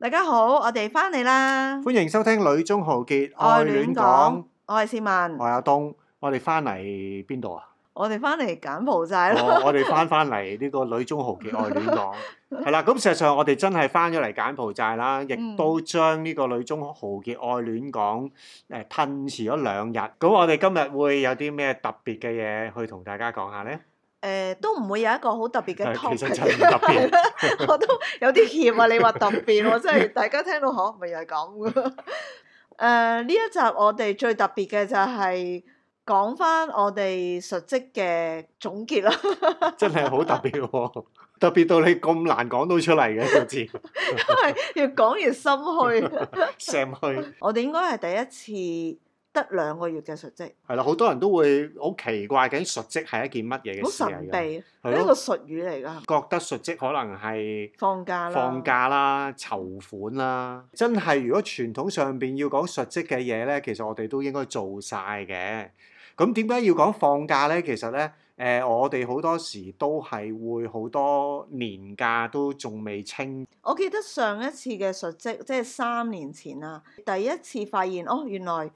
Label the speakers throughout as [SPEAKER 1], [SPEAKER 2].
[SPEAKER 1] 大家好，我哋翻嚟啦，
[SPEAKER 2] 歡迎收聽《女中豪傑愛
[SPEAKER 1] 愛
[SPEAKER 2] 戀
[SPEAKER 1] 戀
[SPEAKER 2] 講
[SPEAKER 1] 港》，，我係市民
[SPEAKER 2] 我，係阿東，我哋翻嚟邊度啊？
[SPEAKER 1] 我哋翻嚟柬埔寨啦，
[SPEAKER 2] 我我哋翻翻嚟呢個《女中豪 傑愛戀講》係啦。咁事實上我哋真係翻咗嚟柬埔寨啦，
[SPEAKER 1] 嗯
[SPEAKER 2] 亦都將呢個《女中豪傑愛戀講》誒吞遲咗兩日。咁我哋今日會有啲咩特別嘅嘢去同大家講下 咧？
[SPEAKER 1] 誒都唔會有一個好特別嘅
[SPEAKER 2] 係
[SPEAKER 1] topic，
[SPEAKER 2] 其實就唔特 別。
[SPEAKER 1] 我都有啲怯啊！你話特別，我真 係大家聽到可咪又係咁 嘅。誒呢、一集我哋最特別嘅就係講翻我哋述職嘅總結啦，
[SPEAKER 2] 真係好特別喎、特別到你咁難講到出嚟嘅個字，
[SPEAKER 1] 因為越講越心 虛。
[SPEAKER 2] 成去
[SPEAKER 1] 我哋應該係第一次得兩個月嘅述職，
[SPEAKER 2] 係啦，好多人都會好奇怪，究竟述職係一件乜嘢嘅
[SPEAKER 1] 好
[SPEAKER 2] 事
[SPEAKER 1] 神
[SPEAKER 2] 嚟嘅？
[SPEAKER 1] 秘，
[SPEAKER 2] 啊係
[SPEAKER 1] 呢
[SPEAKER 2] 咯
[SPEAKER 1] 個，術語嚟㗎，
[SPEAKER 2] 覺得述職可能係
[SPEAKER 1] 放假啦，
[SPEAKER 2] 放假啦、籌款啦，真係如果傳統上邊要講述職嘅嘢咧，其實我哋都應該做晒嘅。咁點解要講放假咧？其實咧，誒、我哋好多時都係會好多年假都仲未清，
[SPEAKER 1] 我記得上一次嘅述職，即係三年前啦，第一次發現哦，原來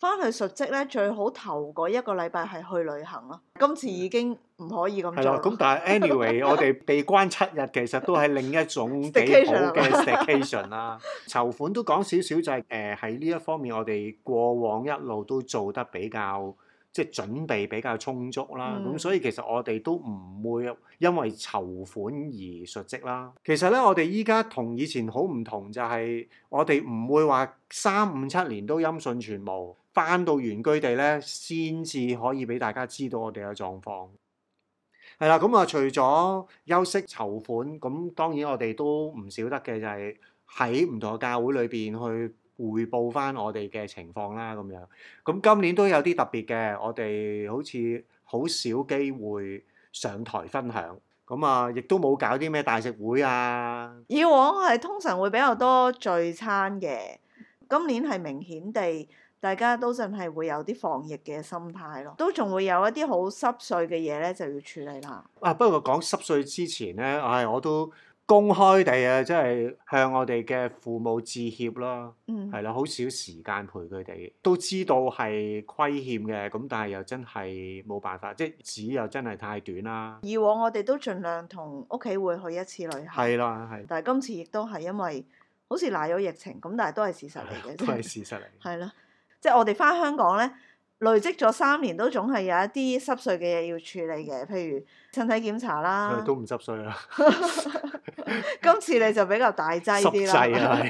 [SPEAKER 1] 翻去述職咧最好頭嗰一個禮拜係去旅行咯。今次已經唔可以咁
[SPEAKER 2] 係啦。
[SPEAKER 1] 做
[SPEAKER 2] 咁
[SPEAKER 1] 啦。
[SPEAKER 2] 但 係 anyway，我哋被關七日，其實都係另 一種幾好
[SPEAKER 1] Staycation 啊
[SPEAKER 2] 嘅
[SPEAKER 1] 係
[SPEAKER 2] station 啦。籌款都講少少，就係誒喺呢一方面，我哋過往一路都做得比較。即係準備比較充足啦，咁、
[SPEAKER 1] 嗯
[SPEAKER 2] 所以其實我哋都唔會因為籌款而述職啦。其實咧，我哋依家同以前好唔同，就係、我哋唔會話三五七年都音訊全無，翻到原居地咧先至可以俾大家知道我哋嘅狀況。係啦，咁啊，除咗休息籌款，咁當然我哋都唔少得嘅就係喺唔同嘅教會裏邊去匯報翻我哋嘅情況啦，咁樣。咁今年都有啲特別嘅，我哋好似好少機會上台分享，咁啊，亦都冇搞啲咩大食會啊，
[SPEAKER 1] 以往係通常會比較多聚餐嘅，今年係明顯地大家都真係會有啲防疫嘅心態咯，都仲會有一啲好濕碎嘅嘢咧就要處理啦。
[SPEAKER 2] 啊，不過講濕碎之前咧，唉、我都公開地啊，即係向我哋嘅父母致歉啦。
[SPEAKER 1] 嗯，
[SPEAKER 2] 係啦，好少時間陪佢哋，都知道係虧欠嘅，咁但係又真係冇辦法，即係指又真係太短啦。
[SPEAKER 1] 以往我哋都盡量同屋企會去一次旅行。
[SPEAKER 2] 係啦，係
[SPEAKER 1] 但係今次亦都係因為好似賴咗疫情，咁但係都係事實嚟嘅
[SPEAKER 2] 都係
[SPEAKER 1] 啫。
[SPEAKER 2] 事實嚟。
[SPEAKER 1] 係啦，即係我哋翻香港咧，累積咗三年都總係有一啲濕碎嘅嘢要處理嘅，譬如身體檢查啦
[SPEAKER 2] 佢。啊都唔濕碎啦，
[SPEAKER 1] 今次你就比較大劑
[SPEAKER 2] 濕
[SPEAKER 1] 啲
[SPEAKER 2] 滯
[SPEAKER 1] 啦，
[SPEAKER 2] 啊，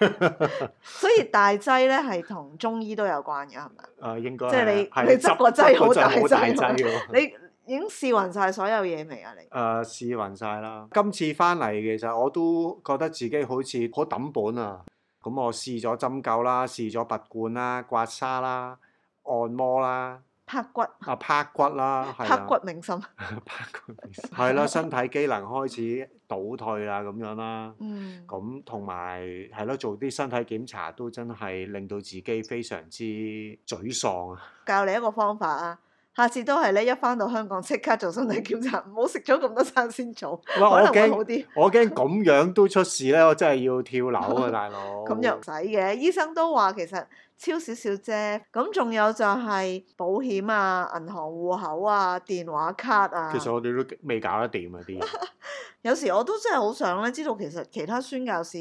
[SPEAKER 2] 係
[SPEAKER 1] 所以大劑咧係同中醫都有關嘅，係咪？
[SPEAKER 2] 誒應該
[SPEAKER 1] 即係你
[SPEAKER 2] 係啊
[SPEAKER 1] 你執個劑好大
[SPEAKER 2] 執個
[SPEAKER 1] 劑
[SPEAKER 2] 大喎。
[SPEAKER 1] 你已經試勻晒所有嘢未啊？你
[SPEAKER 2] 誒試勻晒啦！今次翻嚟其實我都覺得自己好似好抌本啊！咁我試咗針灸啦，試咗拔罐啦、刮痧啦、按摩啦、
[SPEAKER 1] 拍骨
[SPEAKER 2] 啊拍骨啦，係
[SPEAKER 1] 拍
[SPEAKER 2] 啦
[SPEAKER 1] 骨，銘心，
[SPEAKER 2] 拍骨未死，係啦，身體機能開始倒退啦，咁樣啦。
[SPEAKER 1] 嗯，
[SPEAKER 2] 咁同埋係咯，做啲身體檢查都真係令到自己非常之沮喪啊！
[SPEAKER 1] 教你一個方法啊！下次都係咧，一翻到香港即刻做身體檢查，唔好食咗咁多生鮮草，
[SPEAKER 2] 哇，
[SPEAKER 1] 可
[SPEAKER 2] 啊我
[SPEAKER 1] 能會
[SPEAKER 2] 驚
[SPEAKER 1] 好啲。
[SPEAKER 2] 我驚咁樣都出事咧，我真係要跳樓 啊，大佬！
[SPEAKER 1] 咁又唔使嘅，醫生都話其實超少少啫。咁仲有就係保險啊、銀行户口啊、電話卡啊。
[SPEAKER 2] 其實我哋都未搞得掂啊啲嘢，
[SPEAKER 1] 有時我都真係好想咧，知道其實其他宣教士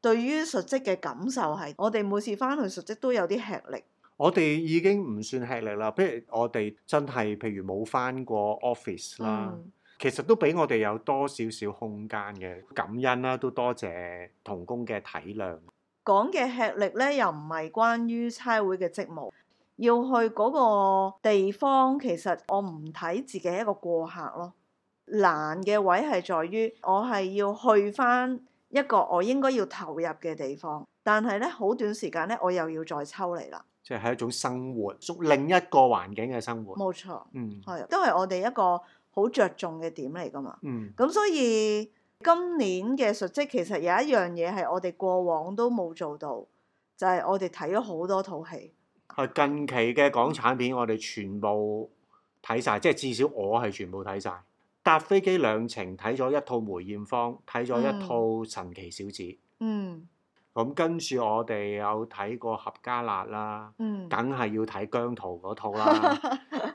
[SPEAKER 1] 對於述職嘅感受係，我哋每次翻去述職都有啲吃力。
[SPEAKER 2] 我哋已經唔算吃力啦。譬如我哋真係譬如冇翻過 office 啦，
[SPEAKER 1] 嗯，
[SPEAKER 2] 其實都俾我哋有多少少空間嘅感恩啦，都多謝童工嘅體諒。
[SPEAKER 1] 講嘅吃力咧，又唔係關於差會嘅職務，要去嗰個地方，其實我唔睇自己係一個過客咯。難嘅位係在於我係要去翻一個我應該要投入嘅地方，但係咧好短時間咧，我又要再抽離啦。
[SPEAKER 2] 即係一種生活，屬另一個環境嘅生活。
[SPEAKER 1] 冇錯，
[SPEAKER 2] 嗯
[SPEAKER 1] 係啊都係我哋一個好着重嘅點嚟㗎嘛。
[SPEAKER 2] 嗯，
[SPEAKER 1] 咁所以今年嘅述職其實有一樣嘢係我哋過往都冇做到，就係、我哋睇咗好多套戲。
[SPEAKER 2] 係近期嘅港產片，我哋全部睇晒，即係至少我係全部睇晒。搭飛機兩程睇咗一套梅艷芳，睇咗一
[SPEAKER 1] 嗯
[SPEAKER 2] 套神奇小子，
[SPEAKER 1] 嗯
[SPEAKER 2] 咁跟住我哋有睇過《合家辣》啦，
[SPEAKER 1] 嗯，
[SPEAKER 2] 梗係要睇姜濤嗰套啦。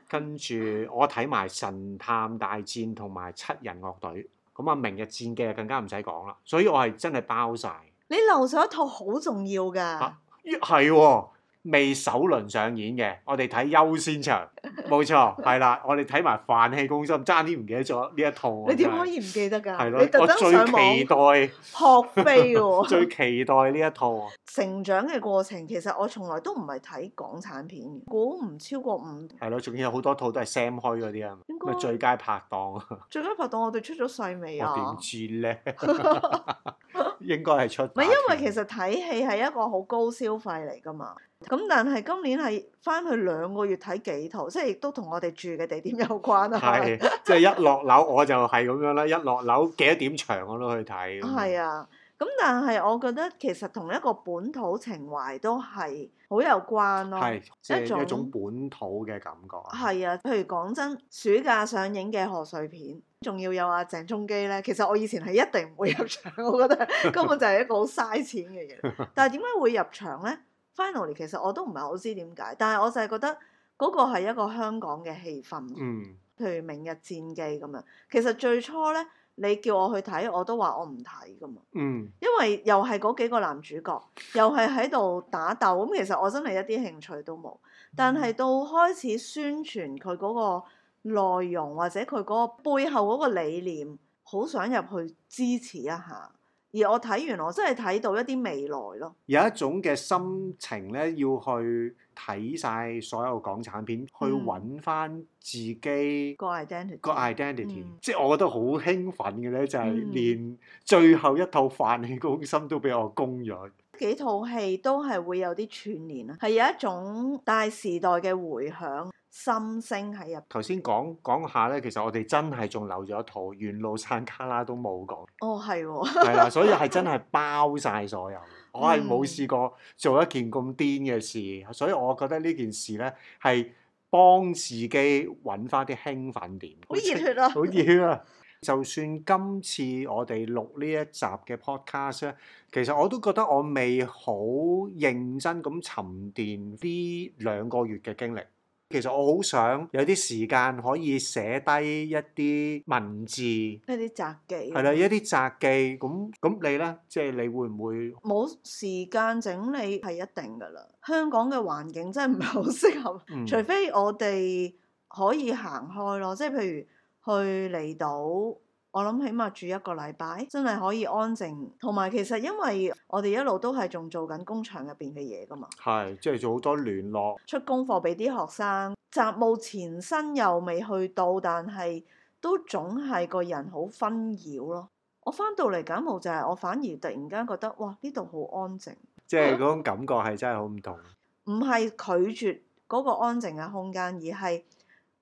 [SPEAKER 2] 跟住我睇埋《神探大戰》同埋《七人樂隊》。咁啊，《明日戰記》更加唔使講啦。所以我係真係包晒。
[SPEAKER 1] 你漏咗一套好重要㗎
[SPEAKER 2] 啊，咦係喎，未首輪上演嘅，我哋睇優先場， 冇錯，係啦，我哋睇埋《飯氣攻心》，爭啲唔記得咗呢一套啊。
[SPEAKER 1] 你點
[SPEAKER 2] 真係
[SPEAKER 1] 可？以唔記得啊㗎？你
[SPEAKER 2] 係咯，
[SPEAKER 1] 特
[SPEAKER 2] 我
[SPEAKER 1] 登上網
[SPEAKER 2] 最期待。
[SPEAKER 1] 撲飛喎。
[SPEAKER 2] 最期待呢一套啊，
[SPEAKER 1] 成長嘅過程其實我從來都唔係睇港產片嘅，估唔超過五。
[SPEAKER 2] 係咯，仲有好多套都係 Sam 開嗰啲啊，
[SPEAKER 1] 應該
[SPEAKER 2] 咩最佳拍檔啊，
[SPEAKER 1] 最緊拍檔我哋出咗世未啊？
[SPEAKER 2] 我點知咧？ 應該係出
[SPEAKER 1] 唔
[SPEAKER 2] 打
[SPEAKER 1] 係
[SPEAKER 2] 拳。
[SPEAKER 1] 因為其實睇戲係一個好高消費嚟㗎嘛，咁但係今年係翻去兩個月睇幾套，即係亦都同我哋住嘅地點有關啊啦。
[SPEAKER 2] 係即係一落樓我就係咁樣啦，一落樓幾多點場我都去睇。
[SPEAKER 1] 係啊，咁但係我覺得其實同一個本土情懷都係好有關咯。
[SPEAKER 2] 係即係
[SPEAKER 1] 一
[SPEAKER 2] 一
[SPEAKER 1] 種
[SPEAKER 2] 種本土嘅感覺。
[SPEAKER 1] 係啊，譬如講真，暑假上映嘅賀歲片，仲要有阿鄭中基呢。其實我以前係一定唔會入場，我 覺得根本就係一個好嘥錢嘅嘢。但係點解會入場呢 f i n a l l y 其實我都唔係好知點解，但係我就係覺得嗰個係一個香港嘅氣氛，
[SPEAKER 2] 嗯，
[SPEAKER 1] 譬如《明日戰記》咁樣。其實最初呢，你叫我去睇，我都話我唔睇噶嘛。
[SPEAKER 2] 嗯
[SPEAKER 1] 因為又係嗰幾個男主角，又係喺度打鬥，咁其實我真係一啲興趣都冇。但
[SPEAKER 2] 嗯
[SPEAKER 1] 係到開始宣傳佢嗰個內容或者佢嗰個背後嗰個理念，好想入去支持一下。而我睇完，我真係睇到一啲未來咯。
[SPEAKER 2] 有一種嘅心情咧，要去睇晒所有港產片，去
[SPEAKER 1] 嗯
[SPEAKER 2] 揾翻自己
[SPEAKER 1] 個 identity，
[SPEAKER 2] 個 identity，、
[SPEAKER 1] 嗯
[SPEAKER 2] 即係我覺得好興奮嘅咧，就係、
[SPEAKER 1] 嗯
[SPEAKER 2] 連最後一套《飯氣攻心》都俾我攻咗。
[SPEAKER 1] 幾套戲都係會有啲串連啊，係有一種大時代嘅回響心聲喺入邊。
[SPEAKER 2] 頭先講講下咧，其實我哋真係仲留咗一套《沿路山卡拉》都冇講，
[SPEAKER 1] 哦，係喎。
[SPEAKER 2] 係啦，所以係真係包晒所有。我係冇
[SPEAKER 1] 嗯
[SPEAKER 2] 試過做一件咁癲嘅事，所以我覺得呢件事咧係幫自己揾翻啲興奮點。
[SPEAKER 1] 好熱血啊
[SPEAKER 2] 好熱血啊！就算今次我哋錄呢一集嘅 podcast 咧，其實我都覺得我未好認真咁沉澱呢兩個月嘅經歷。其實我好想有啲時間可以寫低一啲文字，係
[SPEAKER 1] 一啲雜技。
[SPEAKER 2] 啦，一啲雜記。咁咁你呢？即係你會唔會？
[SPEAKER 1] 冇時間整理係一定㗎啦。香港嘅環境真係唔係好適合，
[SPEAKER 2] 嗯
[SPEAKER 1] 除非我哋可以行開咯，即係譬如去離島。我諗起碼住一個禮拜，真係可以安靜。同埋其實因為我哋一路都係仲做緊工場入邊嘅嘢㗎嘛，
[SPEAKER 2] 係即係做好多聯絡，
[SPEAKER 1] 出功課俾啲學生，雜務前身又未去到，但係都總係個人好紛擾咯。我翻到嚟柬埔寨，我反而突然間覺得哇，呢度好安靜。
[SPEAKER 2] 即
[SPEAKER 1] 嗯
[SPEAKER 2] 係嗰種感覺係真係好唔同。
[SPEAKER 1] 唔係拒絕嗰個安靜嘅空間，而係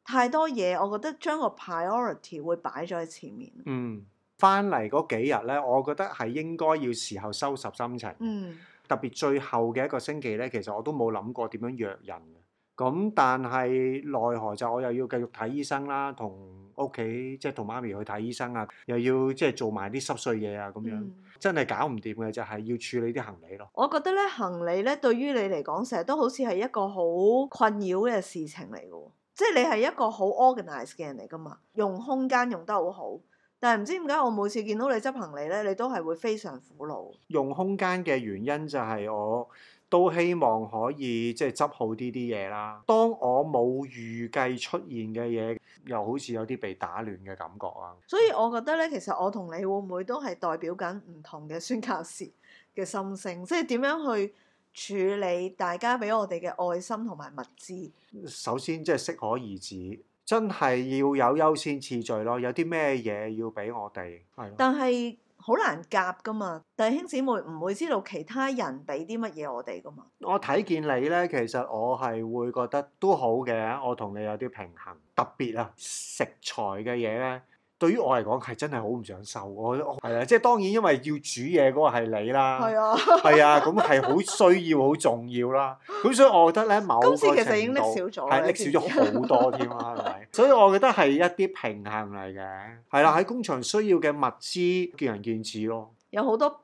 [SPEAKER 1] 太多嘢，我覺得將個 priority 會擺咗喺前面。
[SPEAKER 2] 嗯，翻嚟嗰幾日咧，我覺得係應該要時候收拾心情。
[SPEAKER 1] 嗯
[SPEAKER 2] 特別最後嘅一個星期咧，其實我都冇諗過點樣約人嘅。咁但係奈何就我又要繼續睇醫生啦，同屋企即係同媽咪去睇醫生啊，又要即係做埋啲濕碎嘢啊咁樣，
[SPEAKER 1] 嗯，
[SPEAKER 2] 真係搞唔掂嘅就係要處理啲行李咯。
[SPEAKER 1] 我覺得咧行李咧對於你嚟講，成日都好似係一個好困擾嘅事情嚟嘅喎。即係你係一個好 organize 嘅人嚟㗎嘛，用空間用得好好，但係唔知點解我每次見到你執行李咧，你都係會非常苦惱。
[SPEAKER 2] 用空間嘅原因就係我都希望可以即係執好呢啲嘢啦。當我冇預計出現嘅嘢，又好似有啲被打亂嘅感覺啊。
[SPEAKER 1] 所以我覺得咧，其實我同你會唔會都係代表緊唔同嘅宣教士嘅心聲，即係點樣去處理大家俾我哋嘅愛心同埋物資。
[SPEAKER 2] 首先即係適可而止，真係要有優先次序咯。有啲咩嘢要俾我哋係咯，
[SPEAKER 1] 但係好難夾噶嘛，弟兄姊妹唔會知道其他人俾啲乜嘢我哋噶嘛。
[SPEAKER 2] 我睇見你咧，其實我係會覺得都好嘅。我同你有啲平衡，特別啊食材嘅嘢咧。對於我嚟講係真係好唔想受，我我係啊，即係當然因為要煮嘢嗰個係你啦
[SPEAKER 1] 係，啊，
[SPEAKER 2] 係啊，咁係好需要、好重要啦。咁所以我覺得咧，某個
[SPEAKER 1] 今次其實已經
[SPEAKER 2] 程度
[SPEAKER 1] 拎少咗啦
[SPEAKER 2] 係拎少咗好多添啦，係咪？所以我覺得係一啲平衡嚟嘅，係啦。喺工場需要嘅物資見仁見智咯。
[SPEAKER 1] 有好多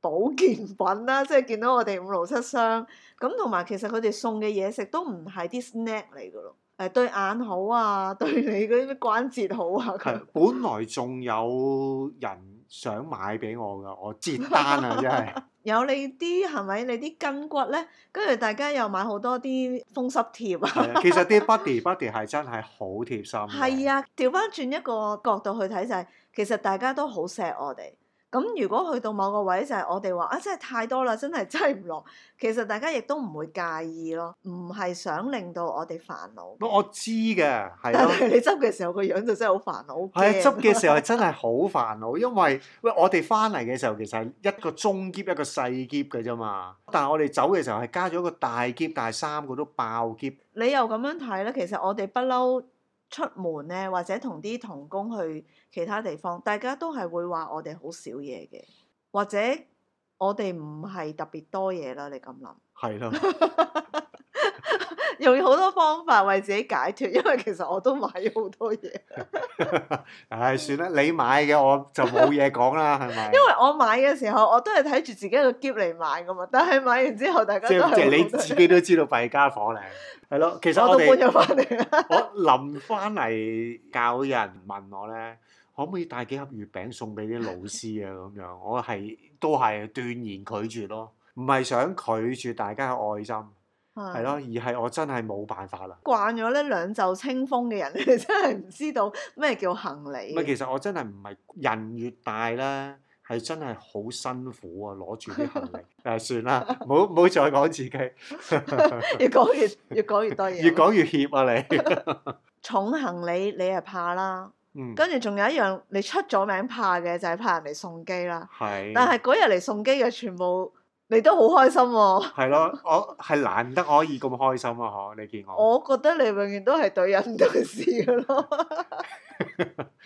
[SPEAKER 1] 保健品啦，即係見到我哋五勞七傷咁，同埋其實佢哋送嘅嘢食都唔係啲 snack 嚟噶咯，誒、對眼好啊，對你嗰啲咩關節好啊咁
[SPEAKER 2] 係，。本來仲有人想買俾我㗎，我截單啊，真係。
[SPEAKER 1] 有你啲係咪？你啲筋骨咧，跟住大家又買好多啲風濕貼啊。
[SPEAKER 2] 係啊其實啲 buddy buddy 係真係好貼心嘅。
[SPEAKER 1] 係啊，調翻轉一個角度去睇就係、其實大家都好錫我哋。咁如果去到某個位就係我哋話啊，真係太多啦，真係擠唔落。其實大家亦都唔會介意咯，唔係想令到我哋煩惱。
[SPEAKER 2] 我我知嘅，係
[SPEAKER 1] 但
[SPEAKER 2] 咯。
[SPEAKER 1] 係你執嘅時候個樣就真係好煩惱。好
[SPEAKER 2] 係啊，
[SPEAKER 1] 驚
[SPEAKER 2] 執嘅時候係真係好煩惱，因為喂我哋翻嚟嘅時候其實係一個中劫一個細劫嘅啫嘛，但係我哋走嘅時候係加咗一個大劫，但係三個都爆劫，
[SPEAKER 1] 你又咁樣睇咧，其實我哋不嬲出門咧，或者同啲童工去其他地方，大家都係會話我哋好少嘢嘅，或者我哋唔係特別多嘢啦。你咁諗，
[SPEAKER 2] 係咯，
[SPEAKER 1] 用好多方法為自己解脱，因為其實我都買咗好多嘢， 因
[SPEAKER 2] 唉算啦，你買嘅我就冇嘢講啦，係 咪？
[SPEAKER 1] 為我買嘅時候我都係睇住自己個箧嚟買噶嘛，但係買完之後大家
[SPEAKER 2] 即
[SPEAKER 1] 都
[SPEAKER 2] 係即係
[SPEAKER 1] 係
[SPEAKER 2] 你
[SPEAKER 1] 好多嘢
[SPEAKER 2] 自己都知道弊家伙嚟，係咯。其實
[SPEAKER 1] 我
[SPEAKER 2] 我
[SPEAKER 1] 都搬
[SPEAKER 2] 哋
[SPEAKER 1] 咗翻嚟啦。
[SPEAKER 2] 我臨翻嚟教有人問我咧，可唔可以帶幾盒月餅送俾啲老師啊？咁樣我係都係斷然拒絕咯，唔係想拒絕大家嘅愛心，係
[SPEAKER 1] 係
[SPEAKER 2] 咯，而係我真係冇辦法啦。
[SPEAKER 1] 慣咗咧兩袖清風嘅人，你真係唔知道咩叫行李啊
[SPEAKER 2] 唔。係其實我真係唔係人越大咧。係真係好辛苦啊！攞住啲行李，誒算啦，唔好唔好再講自己，
[SPEAKER 1] 越講越越講越多嘢。
[SPEAKER 2] 越講越怯啊你。
[SPEAKER 1] 重行李，你係怕啦。
[SPEAKER 2] 嗯，
[SPEAKER 1] 跟住仲有一樣，你出咗名怕嘅就係、怕人嚟送機啦。
[SPEAKER 2] 係。
[SPEAKER 1] 但係嗰日嚟送機嘅全部你都好開心喎、
[SPEAKER 2] 係咯，我係難得可以咁開心啊！嗬，你見我
[SPEAKER 1] 我覺得你永遠都係對人唔對事嘅咯。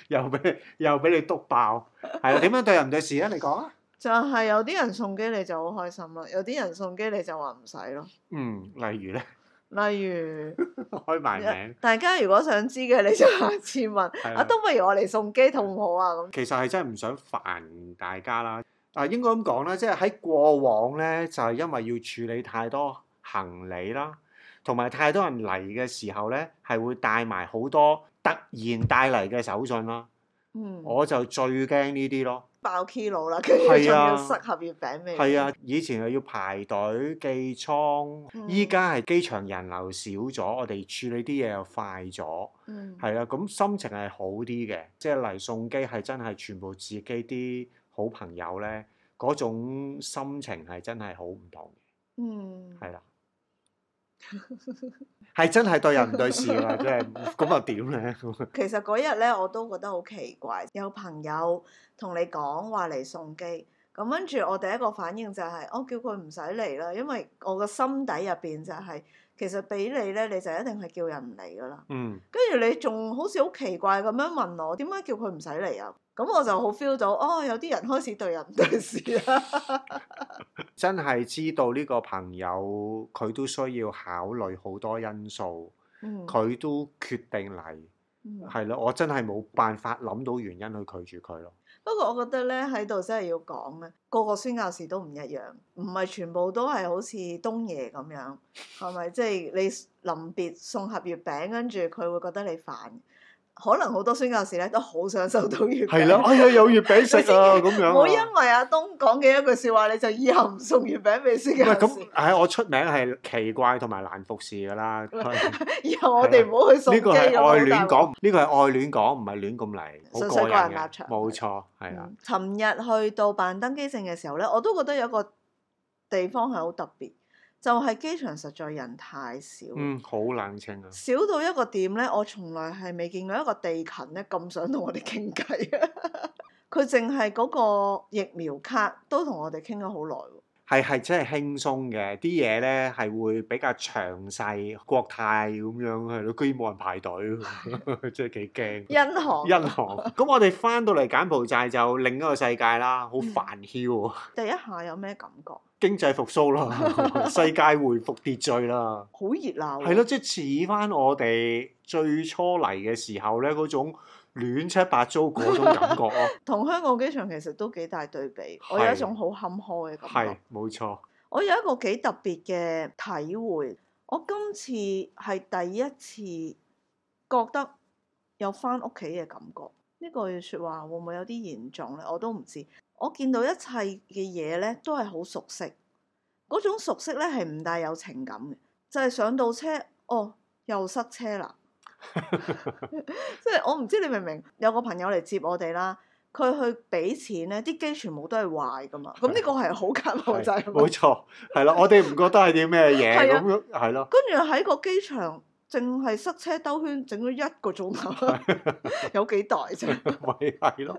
[SPEAKER 2] 又俾又俾你篤爆，係啊？點樣對人唔對事啊？你講啊！
[SPEAKER 1] 就係有啲人送機你就好開心啦，有啲人送機你就話唔使咯。
[SPEAKER 2] 嗯，例如咧，
[SPEAKER 1] 例如，
[SPEAKER 2] 開埋名，
[SPEAKER 1] 大家如果想知嘅，你就下次問
[SPEAKER 2] 係
[SPEAKER 1] 啊，
[SPEAKER 2] 啊，
[SPEAKER 1] 都不如我嚟送機好唔好啊？咁
[SPEAKER 2] 其實係真係唔想煩大家啦。啊，應該咁講啦，即係喺過往咧，就係因為要處理太多行李啦，同埋太多人嚟嘅時候咧，係會帶埋好多突然帶嚟嘅手信啦。
[SPEAKER 1] 嗯，
[SPEAKER 2] 我就最驚呢啲咯。
[SPEAKER 1] 爆 kilo 啦，跟住仲
[SPEAKER 2] 係啊
[SPEAKER 1] 要塞盒月餅味。
[SPEAKER 2] 係啊，以前係要排隊寄倉，
[SPEAKER 1] 嗯
[SPEAKER 2] 依家係機場人流少咗，我哋處理啲嘢又快咗，
[SPEAKER 1] 嗯，
[SPEAKER 2] 係啊啦，咁心情係好啲嘅，即係嚟送機係真係全部自己啲好朋友咧，嗰種心情係真係好唔同
[SPEAKER 1] 嗯
[SPEAKER 2] 嘅，係啦，係真係對人唔對事啦，即係咁又點咧？
[SPEAKER 1] 其實嗰日咧，我都覺得好奇怪，有朋友同你講話嚟送機，咁跟住我第一個反應就係、我叫佢唔使嚟啦，因為我個心底入邊就係、其實俾你咧，你就一定係叫人唔嚟噶啦。
[SPEAKER 2] 嗯，
[SPEAKER 1] 跟住你仲好似好奇怪咁樣問我，點解叫佢唔使嚟啊？咁我就好 feel 到，哦，有啲人開始對人唔對事啦。
[SPEAKER 2] 真係知道呢個朋友佢都需要考慮好多因素，
[SPEAKER 1] 嗯，
[SPEAKER 2] 佢都決定嚟。
[SPEAKER 1] 嗯
[SPEAKER 2] 係咯，我真係冇辦法諗到原因去拒絕佢咯。
[SPEAKER 1] 不過我覺得咧喺度真係要講咧，個個宣教士都唔一樣，唔係全部都係好似東爺咁樣，係咪？即係你臨別送盒月餅，跟住佢會覺得你煩。可能好多宣教士咧都好想收到月餅。
[SPEAKER 2] 係啦，哎呀有月餅食啊，咁樣啊。
[SPEAKER 1] 唔好因為阿東講嘅一句説話，你就以後唔送月餅俾宣
[SPEAKER 2] 唔
[SPEAKER 1] 教
[SPEAKER 2] 係
[SPEAKER 1] 士
[SPEAKER 2] 咁，。係我出名係奇怪同埋難服侍 㗎啦。呢
[SPEAKER 1] 以後我哋唔好去送機
[SPEAKER 2] 個係
[SPEAKER 1] 咁
[SPEAKER 2] 愛
[SPEAKER 1] 好
[SPEAKER 2] 戀
[SPEAKER 1] 大鑊
[SPEAKER 2] 講，呢個係愛戀講，唔係亂咁嚟，
[SPEAKER 1] 純
[SPEAKER 2] 好
[SPEAKER 1] 粹個
[SPEAKER 2] 個
[SPEAKER 1] 人
[SPEAKER 2] 人
[SPEAKER 1] 立
[SPEAKER 2] 嘅
[SPEAKER 1] 場，
[SPEAKER 2] 冇錯，係啦
[SPEAKER 1] 嗯。尋日去到辦登機證嘅時候咧，我都覺得有一個地方係好特別，就係、機場實在人太少。
[SPEAKER 2] 嗯，好冷清啊。
[SPEAKER 1] 少到一個點咧，我從來係未見過一個地勤咧咁想同我哋傾偈 啊！佢淨係嗰個疫苗卡都同我哋傾咗好耐喎。
[SPEAKER 2] 係係真係輕鬆嘅，啲嘢咧係會比較詳細、國泰咁樣係咯，居然冇人排隊， 真係幾驚。
[SPEAKER 1] 因航
[SPEAKER 2] 因航。咁我哋翻到嚟柬埔寨就另一個世界啦，好煩囂喎，
[SPEAKER 1] 第一下有咩感覺？
[SPEAKER 2] 經濟復甦啦，世界回復秩序啦，
[SPEAKER 1] 好熱鬧喎。
[SPEAKER 2] 係咯，即係似翻我哋最初嚟嘅時候咧，嗰種亂七八糟嗰種感覺咯。
[SPEAKER 1] 同香港機場其實都幾大對比，我有一種好坎坷嘅 感
[SPEAKER 2] 係
[SPEAKER 1] 覺。
[SPEAKER 2] 冇錯，
[SPEAKER 1] 我有一個幾特別嘅體會，我今次係第一次覺得有翻屋企嘅感覺。呢句説話會唔會有啲嚴重呢？我都唔知。我見到一切嘅嘢呢，都係好熟悉，嗰種熟悉呢係唔帶有情感嘅，就係、上到車，哦，又塞車啦。 即係我唔知你明唔明？有個朋友嚟接我哋啦，佢去俾錢咧，啲機全部都係壞噶嘛。咁呢個係好柬埔寨
[SPEAKER 2] 係
[SPEAKER 1] 咁樣
[SPEAKER 2] 冇錯，係啦，我哋唔覺得係啲咩嘢
[SPEAKER 1] 係啊
[SPEAKER 2] 咁樣，係咯，
[SPEAKER 1] 跟住喺個機場，淨係塞車兜圈，整咗一個鐘 頭， 有幾大啫？
[SPEAKER 2] 咪係咯，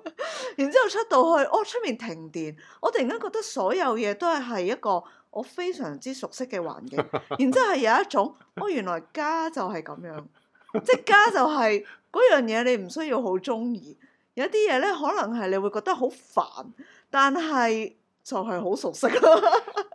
[SPEAKER 1] 然之後出到去，哦，出面停電，我突然間覺得所有嘢都係係一個我非常之熟悉嘅環 境。然之後係有一種，哦，原來家就係咁樣，即係家就係、嗰樣嘢你唔需要好中意，有啲嘢咧可能係你會覺得好煩，但係就係好熟悉啦。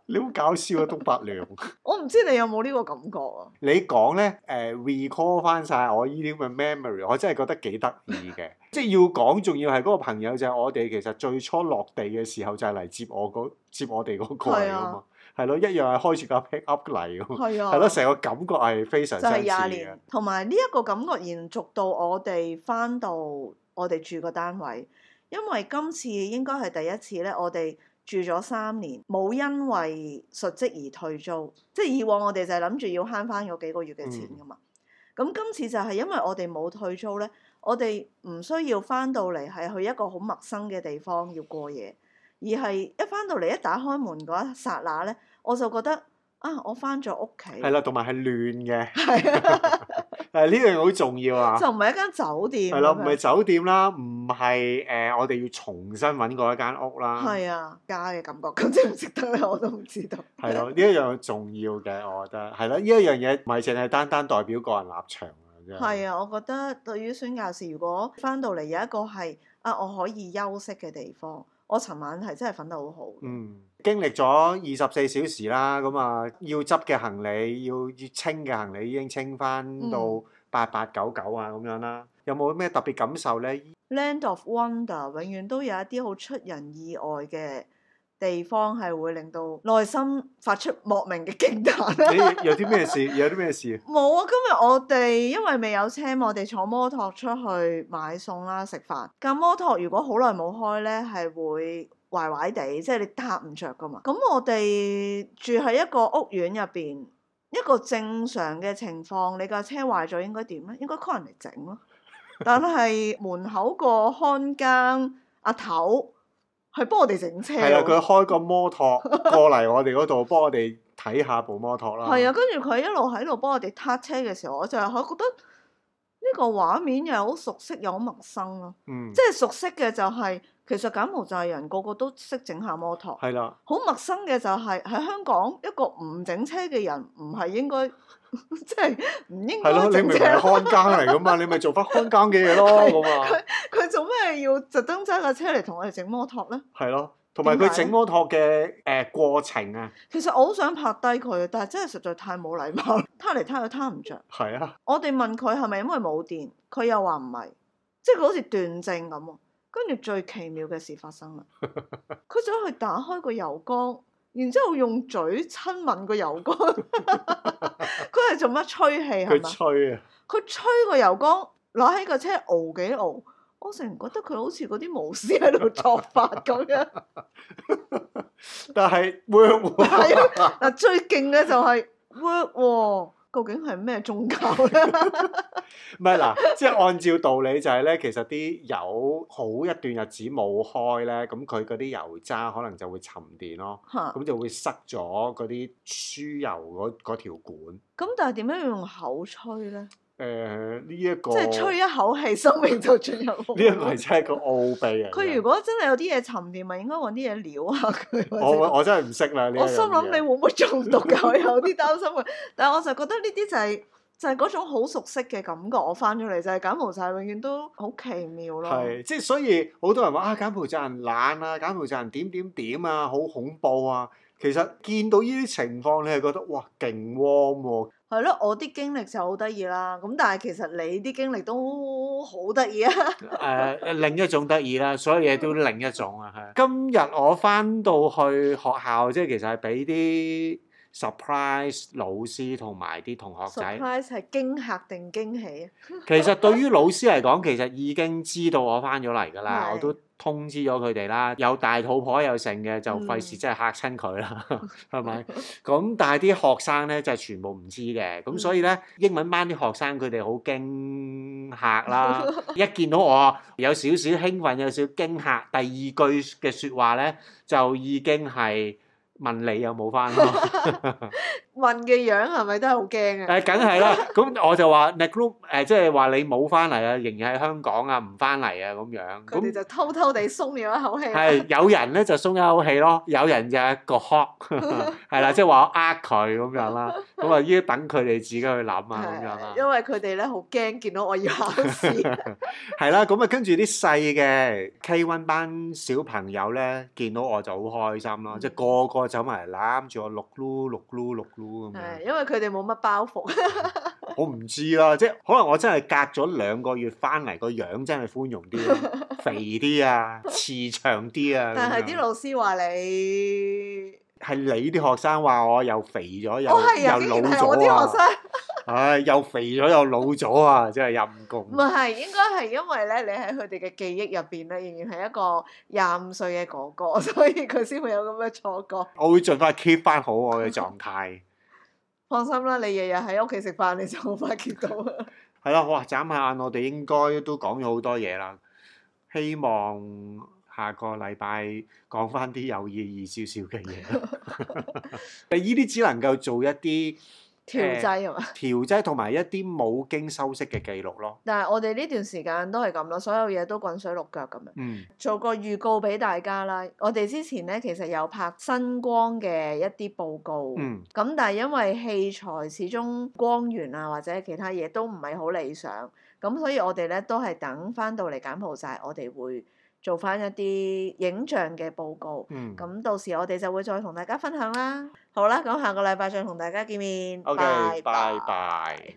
[SPEAKER 2] 你好搞笑啊，東伯娘。
[SPEAKER 1] 我唔知你有冇呢個感覺啊？
[SPEAKER 2] 你講咧，誒、recall 翻晒我依啲咁嘅 memory，我真係覺得幾得意嘅。即係要講，仲要係嗰個朋友就係我哋其實最初落地嘅時候就係嚟接我嗰接我哋嗰個嚟
[SPEAKER 1] 係
[SPEAKER 2] 噶
[SPEAKER 1] 啊
[SPEAKER 2] 嘛，係咯，一樣係開住架 pick up 嚟噶嘛，
[SPEAKER 1] 係啊，
[SPEAKER 2] 嗯係咯，成個感覺係非常
[SPEAKER 1] 就
[SPEAKER 2] 相
[SPEAKER 1] 係
[SPEAKER 2] 似
[SPEAKER 1] 廿
[SPEAKER 2] 嘅
[SPEAKER 1] 年，，同埋呢一個感覺延續到我哋翻到我哋住個單位，因為今次應該係第一次咧，我哋住咗三年，冇因為述職而退租，即係以往我哋就係諗住要慳翻嗰幾個月嘅錢
[SPEAKER 2] 嗯
[SPEAKER 1] 噶嘛。咁、今次就係因為我哋冇退租咧，我哋唔需要翻到嚟係去一個好陌生嘅地方要過夜，而係一翻到嚟一打開門嗰一剎那咧，我就覺得啊，我翻咗屋企。
[SPEAKER 2] 係啦，同埋係亂嘅，
[SPEAKER 1] 係啊，
[SPEAKER 2] 誒呢樣好重 要啊。
[SPEAKER 1] 就唔係一間酒店。
[SPEAKER 2] 係啦，唔係酒店啦，唔係誒，我哋要重新揾過一間屋啦，
[SPEAKER 1] 係啊，家嘅感覺， 咁值唔值得咧？我都唔知道。
[SPEAKER 2] 係咯，呢一樣重要嘅，我覺得係啦，呢一樣嘢唔係淨係單單代表個人立場啊，真係。
[SPEAKER 1] 係啊，我覺得對於宣教士，如果翻到嚟有一個係啊，我可以休息嘅地方，我尋晚係真係瞓得好好嘅。
[SPEAKER 2] 嗯，經歷咗二十四小時啦，咁啊要執嘅行李，要要清嘅行李已經清翻到
[SPEAKER 1] 嗯
[SPEAKER 2] 八八九九啊咁樣啦。有冇咩特別感受咧？
[SPEAKER 1] Land of Wonder 永遠都有一啲好出人意外嘅地方，係會令到內心發出莫名嘅驚啊
[SPEAKER 2] 你
[SPEAKER 1] 歎。
[SPEAKER 2] 有啲咩事？有啲咩事？
[SPEAKER 1] 冇啊！今日我哋因為未有車嘛，我哋坐摩托出去買餸啦、食飯。架摩托如果好耐冇開呢，係會壞壞地，即係你搭唔着噶嘛。咁我哋住喺一個屋苑入邊，一個正常嘅情況，你架車壞咗應該點呢？應該 call 人嚟整咯。但係門口個看更阿頭係啊幫我哋整車
[SPEAKER 2] 係啦，啊佢
[SPEAKER 1] 喎。
[SPEAKER 2] 開個摩托 過嚟我哋嗰度，幫我哋睇下部摩托啦。
[SPEAKER 1] 係啊，，跟住佢一路喺度幫我哋撻車嘅時候，我就係覺得呢個畫面又好熟悉又好陌生咯。
[SPEAKER 2] 嗯，
[SPEAKER 1] 即係熟悉嘅就係、其實柬埔寨人個個都識整下摩托，
[SPEAKER 2] 係啦，
[SPEAKER 1] 好陌生嘅就係、喺香港一個唔整車嘅人唔係應該 即係唔應
[SPEAKER 2] 係
[SPEAKER 1] 該
[SPEAKER 2] 咯，你明
[SPEAKER 1] 整
[SPEAKER 2] 明啊係
[SPEAKER 1] 車咯。
[SPEAKER 2] 看更嚟噶嘛，你咪做翻看更嘅 嘢咯，咁啊，
[SPEAKER 1] 佢做咩要特登揸架車嚟同我哋整摩托呢？
[SPEAKER 2] 係咯。同埋佢整摩托嘅誒過程啊，
[SPEAKER 1] 其實我好想拍低佢，但係真係實在太冇禮貌，攤嚟攤去攤唔着。
[SPEAKER 2] 係啊，
[SPEAKER 1] 我哋問佢係咪因為冇電，佢又話唔係，即係佢好似斷症咁喎。跟住最奇妙嘅事發 生啦，佢走去打開個油缸，然之後用嘴親吻個油 缸。佢係做乜吹氣係
[SPEAKER 2] 佢
[SPEAKER 1] 嘛？
[SPEAKER 2] 吹啊，
[SPEAKER 1] 佢吹個油缸，攞起個車搖幾搖，我成日覺得佢好似嗰啲巫師喺度作法咁 樣。
[SPEAKER 2] 但係 work 喎
[SPEAKER 1] 係啊，嗱最勁嘅就係 work 喎，究竟係咩宗教咧？
[SPEAKER 2] 唔係嗱，即係按照道理就係咧，其實啲油好一段日子冇開咧，咁佢嗰啲油渣可能就會沉澱咯，
[SPEAKER 1] 嚇！
[SPEAKER 2] 咁就會塞咗嗰啲輸油嗰嗰條管。
[SPEAKER 1] 咁但係點樣要用口吹咧？
[SPEAKER 2] 誒呃呢一個，
[SPEAKER 1] 即係吹一口氣，生命就進入
[SPEAKER 2] 呢一個係真係個奧秘嚟嘅。
[SPEAKER 1] 佢如果真係有啲嘢沉澱，咪應該揾啲嘢撩下佢。或者
[SPEAKER 2] 我我真係唔識啦呢一
[SPEAKER 1] 我心諗
[SPEAKER 2] 樣嘢
[SPEAKER 1] 你會唔會中毒㗎？我有啲擔心嘅。 但係我就覺得呢啲就係、就係、嗰種好熟悉嘅感覺。我翻咗嚟就係柬埔寨，永遠都好奇妙咯。
[SPEAKER 2] 係即係所以好多人話啊柬埔寨人懶啊，柬埔寨人點點點啊，好恐怖啊。其實見到呢啲情況，你係覺得哇勁 warm 喎，
[SPEAKER 1] 係咯，我啲經歷就好得意啦。咁但係其實你啲經歷都好得意啊。
[SPEAKER 2] 誒、呃另一種得意啦，所有嘢都另一種啊，係。今日我翻到去學校，即係其實係俾啲 surprise 老師同埋啲同學仔。
[SPEAKER 1] surprise 係驚嚇定驚喜啊？
[SPEAKER 2] 其實對於老師嚟講，其實已經知道我翻咗嚟㗎啦，
[SPEAKER 1] 係
[SPEAKER 2] 我都通知咗佢哋啦。有大肚婆有剩嘅，就費事
[SPEAKER 1] 嗯
[SPEAKER 2] 真係嚇親佢 啦，係咪？咁但係啲學生咧就係全部唔知嘅，咁所以
[SPEAKER 1] 嗯
[SPEAKER 2] 咧英文班啲學生佢哋好驚嚇 啦，一見到我啊有少少興奮，有少少驚嚇，第二句嘅説話咧就已經係問你有冇翻咯。
[SPEAKER 1] 問嘅樣係咪都係好驚啊？
[SPEAKER 2] 誒，梗係 啦。咁我就話 n e group 誒，即係話你冇翻嚟啊，仍然喺香港啊，唔翻嚟啊咁樣。
[SPEAKER 1] 佢哋
[SPEAKER 2] 咁
[SPEAKER 1] 就偷偷地鬆咗一口氣啦。
[SPEAKER 2] 係有人咧就鬆一口氣 咯，有人就係個 hot 係啦，即係話我呃佢咁樣啦。咁啊，要等佢哋自己去諗啊咁樣啦
[SPEAKER 1] 係，。因為佢哋咧好驚見到我要考 試，
[SPEAKER 2] 係啦，咁啊，跟住啲細嘅 K one 班小朋友咧，見到我就好開心
[SPEAKER 1] 嗯
[SPEAKER 2] 咯，即係個個走埋嚟攬住我，碌嚕碌嚕碌嚕咁樣
[SPEAKER 1] 係。因為佢哋冇乜包袱，
[SPEAKER 2] 我唔知啦，即係可能我真係隔咗兩個月翻嚟，個樣真係寬容 啲啊，肥啲啊，慈祥啲啊。
[SPEAKER 1] 但係
[SPEAKER 2] 咁樣
[SPEAKER 1] 啲老師話你，
[SPEAKER 2] 係你啲學生話我又肥咗，又
[SPEAKER 1] 我係啊，
[SPEAKER 2] 又
[SPEAKER 1] 竟
[SPEAKER 2] 老
[SPEAKER 1] 然係我啲
[SPEAKER 2] 咗
[SPEAKER 1] 學
[SPEAKER 2] 啊！
[SPEAKER 1] 生，
[SPEAKER 2] 唉，又肥咗又老咗啊！真係陰公
[SPEAKER 1] 唔。係應該係因為咧，你喺佢哋嘅記憶入邊咧，仍然係一個廿五歲嘅哥哥， 所以佢先會有咁嘅錯覺。
[SPEAKER 2] 我會盡快 keep 翻好我嘅狀態。
[SPEAKER 1] 放心啦，你日日喺屋企食飯，你就好快見到啊 啦。
[SPEAKER 2] 係啦，哇！眨下眼，我哋應該都講咗好多嘢啦。希望下個禮拜講翻啲有意義少少嘅嘢。 你呢啲只能夠做一啲。呃
[SPEAKER 1] 調劑啊係嘛？
[SPEAKER 2] 調劑同埋一啲冇經修飾嘅記錄咯。
[SPEAKER 1] 但係我哋呢段時間都係咁啦，所有嘢都滾水淥腳咁樣。
[SPEAKER 2] 嗯，
[SPEAKER 1] 做個預告俾大家啦。我哋之前咧其實有拍新光嘅一啲報告，咁、
[SPEAKER 2] 嗯
[SPEAKER 1] 但係因為器材始終光源啊或者其他嘢都唔係好理想，咁所以我哋咧都係等翻到嚟柬埔寨，我哋會做翻一啲影像嘅報告。
[SPEAKER 2] 嗯，
[SPEAKER 1] 咁到時我哋就會再同大家分享啦。好啦，咁下個禮拜再同大家見面。
[SPEAKER 2] OK，拜拜。